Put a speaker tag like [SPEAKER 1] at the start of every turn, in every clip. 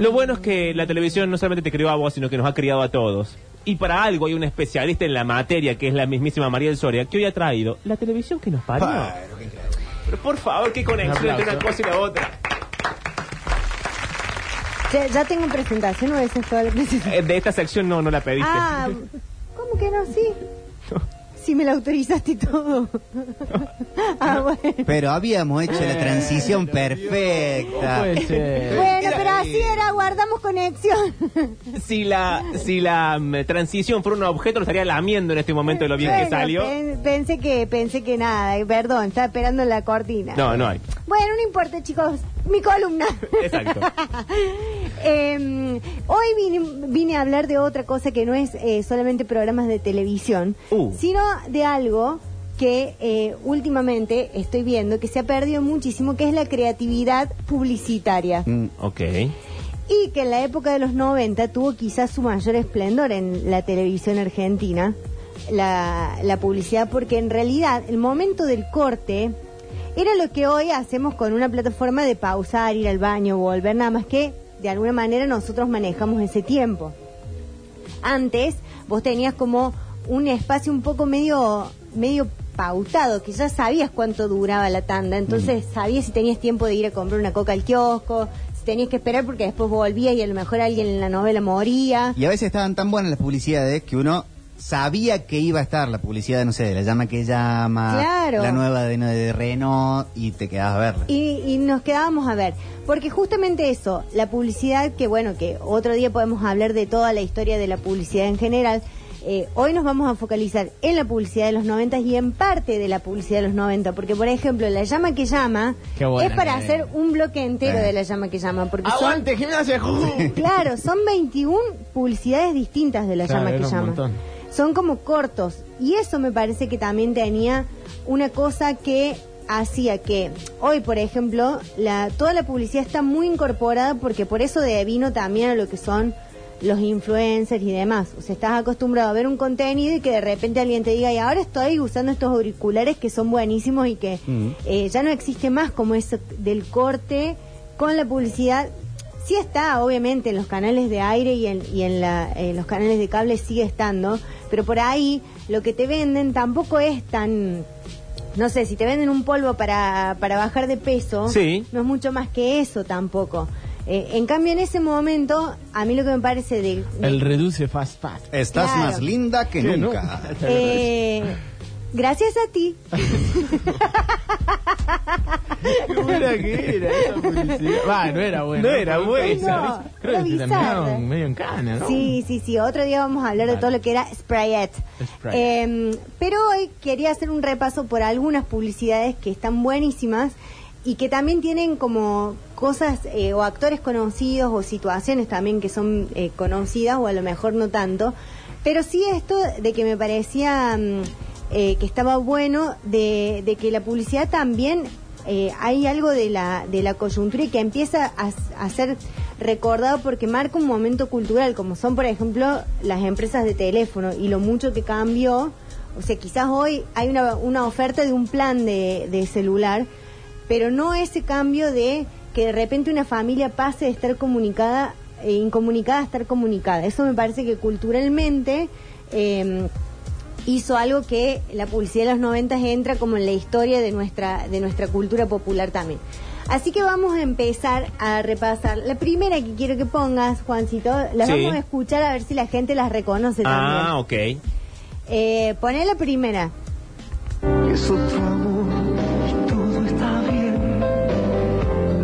[SPEAKER 1] Lo bueno es que la televisión no solamente te crió a vos, sino que nos ha criado a todos. Y para algo hay un especialista en la materia, que es la mismísima María del Soria, que hoy ha traído la televisión que nos parió.
[SPEAKER 2] Bueno, qué increíble.
[SPEAKER 1] Pero por favor, qué conexión entre una cosa y la otra.
[SPEAKER 3] Ya, ya tengo presentación o esa es toda la presentación.
[SPEAKER 1] Eh, De esta sección no, no la pediste.
[SPEAKER 3] Ah, ¿cómo que no? Sí. Si me la autorizaste y todo. Ah,
[SPEAKER 1] Eh,
[SPEAKER 3] bueno.
[SPEAKER 2] Pero habíamos hecho la transición
[SPEAKER 1] Ah.
[SPEAKER 2] perfecta.
[SPEAKER 4] Puede ser.
[SPEAKER 3] Bueno, pero así
[SPEAKER 1] eh.
[SPEAKER 3] era, guardamos conexión.
[SPEAKER 1] Si la, si la mm, transición fuera un objeto, lo estaría lamiendo en este momento de lo bien que
[SPEAKER 3] Bueno,
[SPEAKER 1] salió.
[SPEAKER 3] pen- pensé que, pensé que nada, eh, perdón, estaba esperando la cortina.
[SPEAKER 1] No, no hay.
[SPEAKER 3] Bueno, no importa, chicos. Mi columna.
[SPEAKER 1] Exacto.
[SPEAKER 3] Eh, hoy vine, vine a hablar de otra cosa que no es eh, solamente programas de televisión,
[SPEAKER 1] Uh.
[SPEAKER 3] sino de algo que eh, últimamente estoy viendo que se ha perdido muchísimo, que es la creatividad publicitaria.
[SPEAKER 2] Mm,
[SPEAKER 1] Ok.
[SPEAKER 3] Y que en la época de los 90 tuvo quizás su mayor esplendor en la televisión argentina, la, la publicidad, porque en realidad el momento del corte era lo que hoy hacemos con una plataforma de pausar, ir al baño, volver, nada más que de alguna manera nosotros manejamos ese tiempo. Antes vos tenías como un espacio un poco medio, medio pautado, que ya sabías cuánto duraba la tanda, entonces sabías si tenías tiempo de ir a comprar una coca al kiosco, si tenías que esperar porque después volvías y a lo mejor alguien en la novela moría.
[SPEAKER 2] Y a veces estaban tan buenas las publicidades que uno sabía que iba a estar la publicidad, no sé, de la llama que llama,
[SPEAKER 3] Claro.
[SPEAKER 2] la nueva de, de Renault y te quedabas a verla.
[SPEAKER 3] Y, y nos quedábamos a ver, porque justamente eso, la publicidad, que bueno, que otro día podemos hablar de toda la historia de la publicidad en general, eh, hoy nos vamos a focalizar en la publicidad de los 90 y en parte de la publicidad de los 90, porque por ejemplo, la llama que llama
[SPEAKER 4] Qué buena
[SPEAKER 3] es para
[SPEAKER 4] que
[SPEAKER 3] hacer un bloque entero
[SPEAKER 2] Eh.
[SPEAKER 3] de la llama que llama, porque son,
[SPEAKER 4] ¡Aguante, gimnasia!
[SPEAKER 3] claro, son 21 publicidades distintas de la
[SPEAKER 4] Claro,
[SPEAKER 3] llama que
[SPEAKER 4] era un
[SPEAKER 3] llama.
[SPEAKER 4] montón.
[SPEAKER 3] Son como cortos. Y eso me parece que también tenía una cosa que hacía que hoy, por ejemplo, la, toda la publicidad está muy incorporada porque por eso devino también a lo que son los influencers y demás. O sea, estás acostumbrado a ver un contenido y que de repente alguien te diga, y ahora estoy usando estos auriculares que son buenísimos y que
[SPEAKER 2] Mm.
[SPEAKER 3] eh, ya no existe más como eso del corte con la publicidad. Sí está, obviamente, en los canales de aire y en, y en la- en los canales de cable sigue estando, pero por ahí lo que te venden tampoco es tan... No sé, si te venden un polvo para, para bajar de peso,
[SPEAKER 1] Sí.
[SPEAKER 3] no es mucho más que eso tampoco. Eh, en cambio, en ese momento, a mí lo que me parece de...
[SPEAKER 4] El reduce fast fast.
[SPEAKER 2] Estás
[SPEAKER 3] Claro.
[SPEAKER 2] más linda que
[SPEAKER 4] Que
[SPEAKER 2] nunca.
[SPEAKER 3] eh, gracias a ti,
[SPEAKER 4] Qué buena que era esa publicidad. Va, no era buena.
[SPEAKER 1] No era buena.
[SPEAKER 3] No,
[SPEAKER 4] Creo que
[SPEAKER 3] era
[SPEAKER 4] se la
[SPEAKER 3] bizarra.
[SPEAKER 4] miraron medio en cana, ¿no?
[SPEAKER 3] Sí, sí, sí. Otro día vamos a hablar de
[SPEAKER 4] Vale.
[SPEAKER 3] todo lo que era Sprayette.
[SPEAKER 4] Sprayette.
[SPEAKER 3] Em, pero hoy quería hacer un repaso por algunas publicidades que están buenísimas y que también tienen como cosas eh, o actores conocidos o situaciones también que son eh, conocidas o a lo mejor no tanto. Pero sí esto de que me parecía mm, eh, que estaba bueno de, de que la publicidad también eh, hay algo de la, de la coyuntura y que empieza a, s- a ser recordado porque marca un momento cultural, como son, por ejemplo, las empresas de teléfono y lo mucho que cambió. O sea, quizás hoy hay una, una oferta de un plan de, de celular, pero no ese cambio de que de repente una familia pase de estar comunicada, eh, incomunicada a estar comunicada. Eso me parece que culturalmente... em, hizo algo que la publicidad de los 90 entra como en la historia de nuestra, de nuestra cultura popular también. Así que vamos a empezar a repasar. La primera que quiero que pongas, Juancito, la
[SPEAKER 1] Sí.
[SPEAKER 3] vamos a escuchar a ver si la gente las reconoce
[SPEAKER 1] Ah,
[SPEAKER 3] también.
[SPEAKER 1] ok.
[SPEAKER 3] Eh, poné la primera.
[SPEAKER 5] Es otro amor, todo está bien.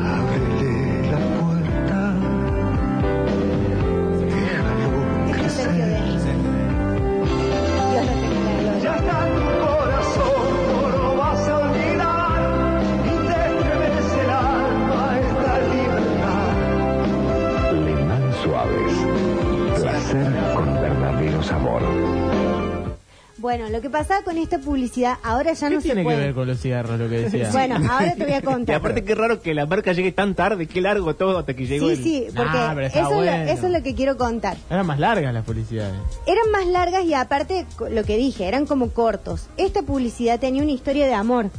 [SPEAKER 5] Ábrele la puerta. Déjalo
[SPEAKER 3] Esta es Sergio
[SPEAKER 5] crecer.
[SPEAKER 3] Denis. Dios lo tenga en la gloria.
[SPEAKER 5] Ya está en tu corazón, no lo vas a olvidar. Y te estremece el alma esta libertad.
[SPEAKER 6] Lemán Suaves. Placer con verdadero sabor.
[SPEAKER 3] Bueno, lo que pasaba con esta publicidad ahora ya
[SPEAKER 4] ¿Qué
[SPEAKER 3] no se
[SPEAKER 4] tiene que
[SPEAKER 3] puede.
[SPEAKER 4] ver con los cigarros lo que decía?
[SPEAKER 3] Bueno, ahora te voy a
[SPEAKER 1] Y
[SPEAKER 3] contar.
[SPEAKER 1] aparte, qué raro que la marca llegue tan tarde, qué largo todo hasta que llegó
[SPEAKER 3] sí,
[SPEAKER 1] el-
[SPEAKER 3] sí, porque
[SPEAKER 4] Ah, pero está
[SPEAKER 3] eso, es
[SPEAKER 4] bueno.
[SPEAKER 3] lo, eso es lo que quiero contar.
[SPEAKER 4] Eran más largas las publicidades.
[SPEAKER 3] Eran más largas y aparte co- lo que dije, eran como cortos. Esta publicidad tenía una historia de amor.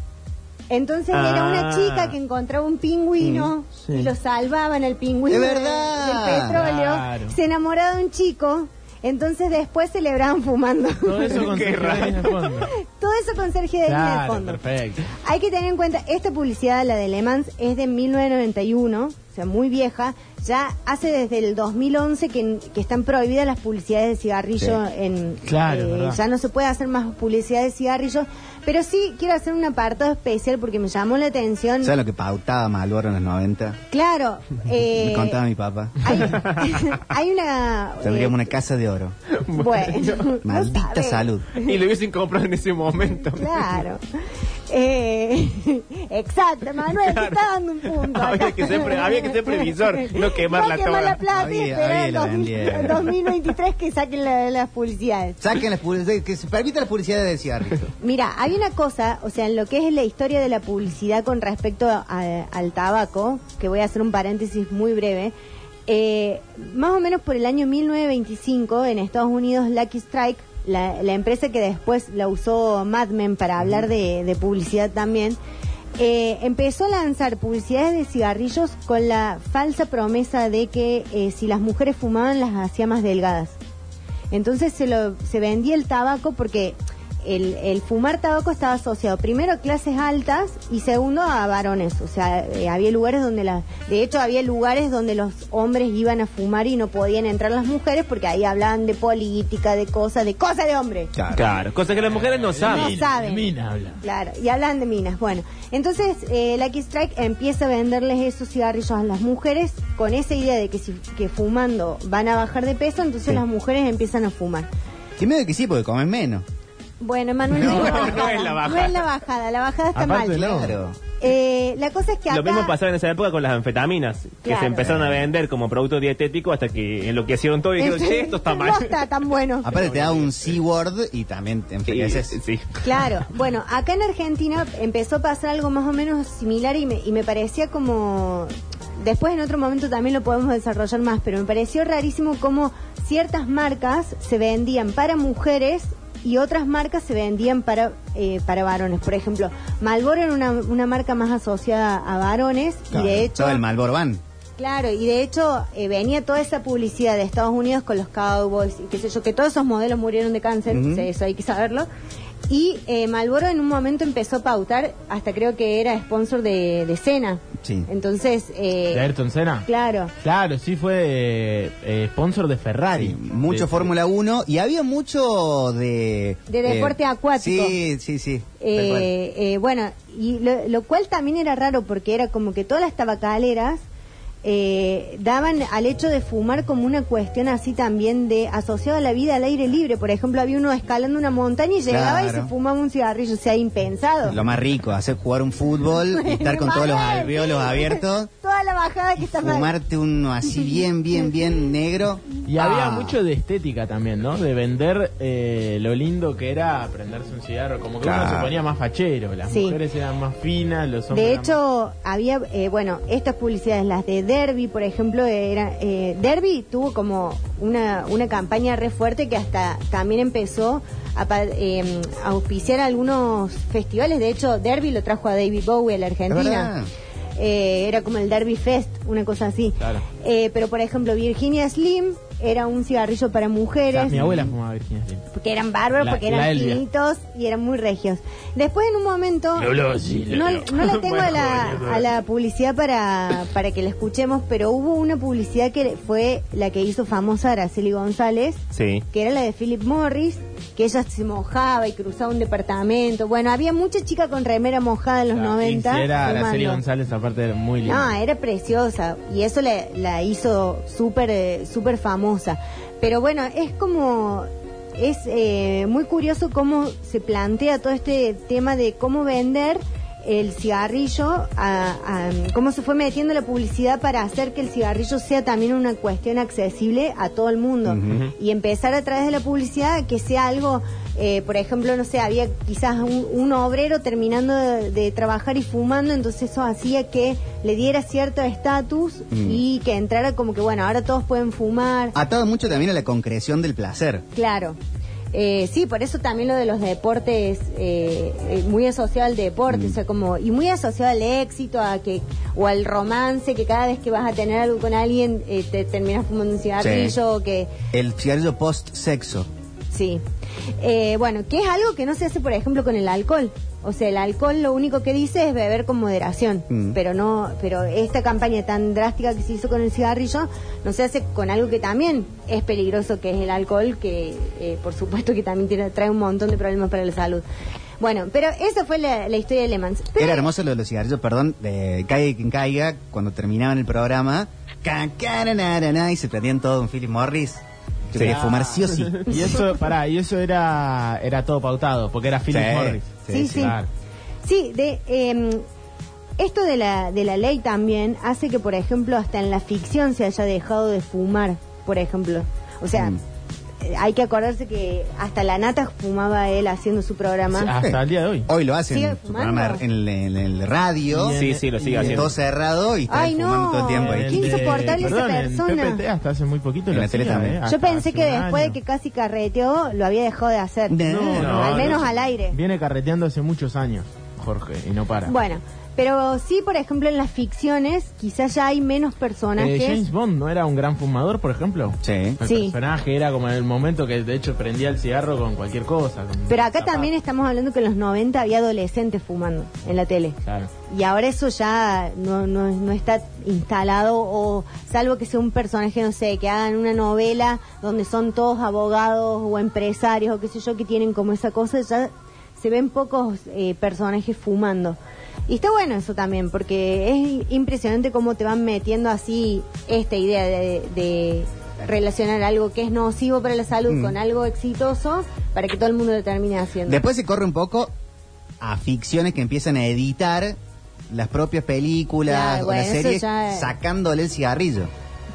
[SPEAKER 3] Entonces
[SPEAKER 1] Ah.
[SPEAKER 3] era una chica que encontraba un pingüino
[SPEAKER 1] Mm, sí.
[SPEAKER 3] y lo salvaban el pingüino
[SPEAKER 2] Es
[SPEAKER 3] de-
[SPEAKER 2] verdad.
[SPEAKER 3] del petróleo.
[SPEAKER 1] Claro.
[SPEAKER 3] Se enamoraba de un chico, entonces después celebraban fumando.
[SPEAKER 4] Todo eso con Sergio Dalí en el fondo.
[SPEAKER 3] Todo eso con Sergio Dalí en el
[SPEAKER 4] Claro,
[SPEAKER 3] fondo.
[SPEAKER 4] perfecto.
[SPEAKER 3] Hay que tener en cuenta, esta publicidad, la de Le Mans, es de 1991, o sea, muy vieja. Ya hace desde el 2011 que, que están prohibidas las publicidades de cigarrillo
[SPEAKER 2] Sí.
[SPEAKER 3] en... eh,
[SPEAKER 4] Claro, verdad.
[SPEAKER 3] ya no se puede hacer más publicidad de cigarrillos. Pero sí quiero hacer un apartado especial porque me llamó la atención.
[SPEAKER 2] ¿Sabes lo que pautaba Malboro en los 90?
[SPEAKER 3] Claro. eh,
[SPEAKER 2] Me contaba mi papá.
[SPEAKER 3] hay, hay una... eh,
[SPEAKER 2] Tendríamos una casa de oro.
[SPEAKER 3] Bueno.
[SPEAKER 2] Maldita
[SPEAKER 3] no sabés.
[SPEAKER 2] salud.
[SPEAKER 1] Y lo hubiesen comprado en ese momento.
[SPEAKER 3] Claro. Eh, exacto, Manuel, te está dando un punto. acá.
[SPEAKER 1] Había que ser pre- había que ser previsor, no quemarla
[SPEAKER 3] No quemar
[SPEAKER 1] toda.
[SPEAKER 3] la plata y
[SPEAKER 2] Había-
[SPEAKER 3] esperar
[SPEAKER 2] había
[SPEAKER 3] el
[SPEAKER 2] la
[SPEAKER 3] 2000
[SPEAKER 2] vendieron.
[SPEAKER 3] 2023 que saquen la- las publicidades.
[SPEAKER 2] Saquen las publicidades, que se permita las publicidades de cigarrillo.
[SPEAKER 3] Mira, hay una cosa, o sea, en lo que es la historia de la publicidad con respecto a- al tabaco, que voy a hacer un paréntesis muy breve. eh, más o menos por el año 1925, en Estados Unidos, Lucky Strike, la, la empresa que después la usó Mad Men para hablar de, de publicidad también, eh, empezó a lanzar publicidades de cigarrillos con la falsa promesa de que eh, si las mujeres fumaban las hacía más delgadas. Entonces se, lo, se vendía el tabaco porque el, el fumar tabaco estaba asociado primero a clases altas y segundo a varones. O sea, eh, había lugares donde las... De hecho, había lugares donde los hombres iban a fumar y no podían entrar las mujeres porque ahí hablaban de política, de cosas, de cosas de hombres.
[SPEAKER 1] Claro, cosa que las mujeres no saben.
[SPEAKER 3] No saben.
[SPEAKER 4] Ah, Mina habla.
[SPEAKER 3] Claro, y hablan de minas. Bueno, entonces eh, Lucky Strike empieza a venderles esos cigarrillos a las mujeres con esa idea de que, si, que fumando van a bajar de peso, entonces las mujeres empiezan a fumar.
[SPEAKER 2] Y medio que sí, porque comen menos.
[SPEAKER 3] Bueno, Manuel,
[SPEAKER 2] No,
[SPEAKER 3] no,
[SPEAKER 2] no
[SPEAKER 1] es la bajada.
[SPEAKER 3] No es la bajada, la bajada está
[SPEAKER 4] Aparte,
[SPEAKER 3] mal.
[SPEAKER 4] no.
[SPEAKER 2] Claro.
[SPEAKER 3] Eh, la cosa es que acá...
[SPEAKER 1] Lo mismo pasaba en esa época con las anfetaminas, que
[SPEAKER 3] Claro.
[SPEAKER 1] se empezaron a vender como producto dietético hasta que enloquecieron todo y dijeron, che, esto está mal.
[SPEAKER 3] No está tan bueno.
[SPEAKER 2] Aparte te da un C-word y también te
[SPEAKER 1] Y-
[SPEAKER 2] enfriaces.
[SPEAKER 1] sí.
[SPEAKER 3] Claro, bueno, acá en Argentina empezó a pasar algo más o menos similar y me, y me parecía como... Después en otro momento también lo podemos desarrollar más, pero me pareció rarísimo cómo ciertas marcas se vendían para mujeres y otras marcas se vendían para, eh, para varones. Por ejemplo, Malboro era una, una marca más asociada a varones y de hecho...
[SPEAKER 2] Todo el Malboro van.
[SPEAKER 3] Claro, y de hecho eh, venía toda esa publicidad de Estados Unidos con los cowboys y qué sé yo, que todos esos modelos murieron de cáncer,
[SPEAKER 2] Ujú.
[SPEAKER 3] o sea, eso hay que saberlo. Y eh, Malboro en un momento empezó a pautar, hasta creo que era sponsor de, de cena.
[SPEAKER 2] Sí.
[SPEAKER 3] Entonces, eh,
[SPEAKER 4] ¿De Ayrton Senna?
[SPEAKER 3] claro.
[SPEAKER 4] Claro, sí fue eh, eh, sponsor de Ferrari.
[SPEAKER 2] Sí, mucho
[SPEAKER 4] De-
[SPEAKER 2] Fórmula 1 y había mucho de... eh,
[SPEAKER 3] De deporte acuático.
[SPEAKER 2] Sí, sí, sí. tal cual.
[SPEAKER 3] Eh, eh, bueno, y lo, lo cual también era raro porque era como que todas las tabacaleras eh, daban al hecho de fumar como una cuestión así también de asociado a la vida al aire libre. Por ejemplo, había uno escalando una montaña y llegaba y
[SPEAKER 2] Claro.
[SPEAKER 3] se fumaba un cigarrillo, o sea, impensado.
[SPEAKER 2] Lo más rico, hacer jugar un fútbol y estar con todos los alveolos abiertos.
[SPEAKER 3] Toda la bajada que está
[SPEAKER 2] Fumarte uno así bien, bien, bien negro.
[SPEAKER 4] Y había
[SPEAKER 2] Ah,
[SPEAKER 4] mucho de estética también, ¿no? De vender eh, lo lindo que era prenderse un cigarro. Como que uno
[SPEAKER 2] Claro.
[SPEAKER 4] se ponía más fachero. Las
[SPEAKER 3] Sí.
[SPEAKER 4] mujeres eran más finas, los hombres.
[SPEAKER 3] De
[SPEAKER 4] eran más-
[SPEAKER 3] hecho, había, eh, bueno, estas publicidades, las de Derby, por ejemplo, era, eh, Derby tuvo como una, una campaña re fuerte que hasta también empezó a, pa- eh, a auspiciar algunos festivales. De hecho, Derby lo trajo a David Bowie a la
[SPEAKER 2] Es
[SPEAKER 3] Argentina.
[SPEAKER 2] verdad.
[SPEAKER 3] Eh, era como el Derby Fest, una cosa así.
[SPEAKER 4] Claro.
[SPEAKER 3] Eh, pero, por ejemplo, Virginia Slim era un cigarrillo para mujeres
[SPEAKER 4] Mi abuela fumaba Virginia Slim.
[SPEAKER 3] porque eran bárbaros,
[SPEAKER 4] La-
[SPEAKER 3] porque
[SPEAKER 4] la
[SPEAKER 3] eran
[SPEAKER 4] Elvia.
[SPEAKER 3] finitos y eran muy regios. Después en un momento...
[SPEAKER 4] Lolo, sí,
[SPEAKER 3] no,
[SPEAKER 4] Lolo.
[SPEAKER 3] no la tengo a la,
[SPEAKER 4] Bueno, bueno.
[SPEAKER 3] a la publicidad para, para que la escuchemos, pero hubo una publicidad que fue la que hizo famosa Araceli González,
[SPEAKER 1] Sí.
[SPEAKER 3] que era la de Philip Morris, que ella se mojaba y cruzaba un departamento. Bueno, había mucha chica con remera mojada en los
[SPEAKER 4] La
[SPEAKER 3] 90.
[SPEAKER 4] Era
[SPEAKER 3] fumando.
[SPEAKER 4] Araceli González, aparte, era muy linda.
[SPEAKER 3] No, eh. era preciosa y eso le- la hizo súper eh, súper famosa. Pero bueno, es como es eh, muy curioso cómo se plantea todo este tema de cómo vender el cigarrillo, a- a- cómo se fue metiendo la publicidad para hacer que el cigarrillo sea también una cuestión accesible a todo el mundo y empezar a través de la publicidad a que sea algo eh, por ejemplo, no sé, había quizás un, un obrero terminando de, de trabajar y fumando, entonces eso hacía que le diera cierto estatus y que entrara como que, bueno, ahora todos pueden fumar.
[SPEAKER 2] Atado mucho también a la concreción del placer.
[SPEAKER 3] Claro. Eh, sí, por eso también lo de los deportes, eh, eh, muy asociado al deporte, o sea, como, y muy asociado al éxito a que, o al romance, que cada vez que vas a tener algo con alguien eh, te terminas fumando un cigarrillo, o que,
[SPEAKER 2] El cigarrillo post-sexo.
[SPEAKER 3] sí. Eh, bueno, que es algo que no se hace, por ejemplo, con el alcohol. O sea, el alcohol lo único que dice es beber con moderación,
[SPEAKER 2] Mm.
[SPEAKER 3] pero no, pero esta campaña tan drástica que se hizo con el cigarrillo no se hace con algo que también es peligroso, que es el alcohol, que eh, por supuesto que también tiene- trae un montón de problemas para la salud. Bueno, pero esa fue la, la historia de Le Mans. Pero-
[SPEAKER 2] Era hermoso lo de los cigarrillos, perdón, de caiga quien caiga, cuando terminaban el programa, ca- ca- na- na- na- na, y se prendían todo un Philip Morris. Que quería fumar sí o sí.
[SPEAKER 4] Y eso, pará, y eso era, era todo pautado, porque era Philip
[SPEAKER 2] Sí,
[SPEAKER 4] Morris.
[SPEAKER 3] sí, Sí, sí.
[SPEAKER 4] Claro.
[SPEAKER 3] Sí, de, eh, esto de la, de la ley también hace que, por ejemplo, hasta en la ficción se haya dejado de fumar, por ejemplo. O sea,
[SPEAKER 4] Mm.
[SPEAKER 3] eh, hay que acordarse que hasta la nata fumaba él haciendo su programa.
[SPEAKER 4] Hasta el día de hoy.
[SPEAKER 2] Hoy lo hacen
[SPEAKER 3] ¿Sigue
[SPEAKER 2] en su
[SPEAKER 3] fumando?
[SPEAKER 2] programa en el, en el radio.
[SPEAKER 1] Sí, sí, lo sigue
[SPEAKER 4] Y
[SPEAKER 2] Todo
[SPEAKER 1] haciendo.
[SPEAKER 2] cerrado y están
[SPEAKER 3] Ay, no.
[SPEAKER 2] fumando todo el tiempo
[SPEAKER 4] En
[SPEAKER 2] ahí.
[SPEAKER 4] el
[SPEAKER 3] Qué
[SPEAKER 4] de-
[SPEAKER 3] insoportable esa
[SPEAKER 4] perdón,
[SPEAKER 3] persona.
[SPEAKER 4] En PPT hasta hace muy poquito
[SPEAKER 2] En
[SPEAKER 4] lo
[SPEAKER 2] la tele
[SPEAKER 4] hacía,
[SPEAKER 2] también.
[SPEAKER 4] eh, hasta
[SPEAKER 3] Yo pensé
[SPEAKER 4] hace
[SPEAKER 3] que
[SPEAKER 4] un
[SPEAKER 3] después de
[SPEAKER 4] año.
[SPEAKER 3] que casi carreteó, lo había dejado de hacer.
[SPEAKER 2] No,
[SPEAKER 4] no,
[SPEAKER 3] al menos
[SPEAKER 4] no.
[SPEAKER 3] al aire.
[SPEAKER 4] Viene carreteando hace muchos años, Jorge, y no para.
[SPEAKER 3] Bueno, pero sí, por ejemplo, en las ficciones quizás ya hay menos
[SPEAKER 4] Eh,
[SPEAKER 3] personajes.
[SPEAKER 4] James Bond no era un gran fumador, por ejemplo.
[SPEAKER 2] Sí.
[SPEAKER 4] El
[SPEAKER 3] Sí.
[SPEAKER 4] personaje era como en el momento que de hecho prendía el cigarro con cualquier cosa. con
[SPEAKER 3] pero acá
[SPEAKER 4] zapato.
[SPEAKER 3] también estamos hablando que en los 90 había adolescentes fumando en la tele.
[SPEAKER 4] Claro.
[SPEAKER 3] Y ahora eso ya no, no, no está instalado, o salvo que sea un personaje, no sé, que hagan una novela donde son todos abogados o empresarios o qué sé yo, que tienen como esa cosa, ya se ven pocos eh, personajes fumando. Y está bueno eso también, porque es impresionante cómo te van metiendo así esta idea de, de relacionar algo que es nocivo para la salud con algo exitoso para que todo el mundo lo termine haciendo.
[SPEAKER 2] Después se corre un poco a ficciones que empiezan a editar las propias películas
[SPEAKER 3] Claro,
[SPEAKER 2] o
[SPEAKER 3] bueno,
[SPEAKER 2] las
[SPEAKER 3] eso
[SPEAKER 2] series
[SPEAKER 3] ya es-
[SPEAKER 2] sacándole el cigarrillo.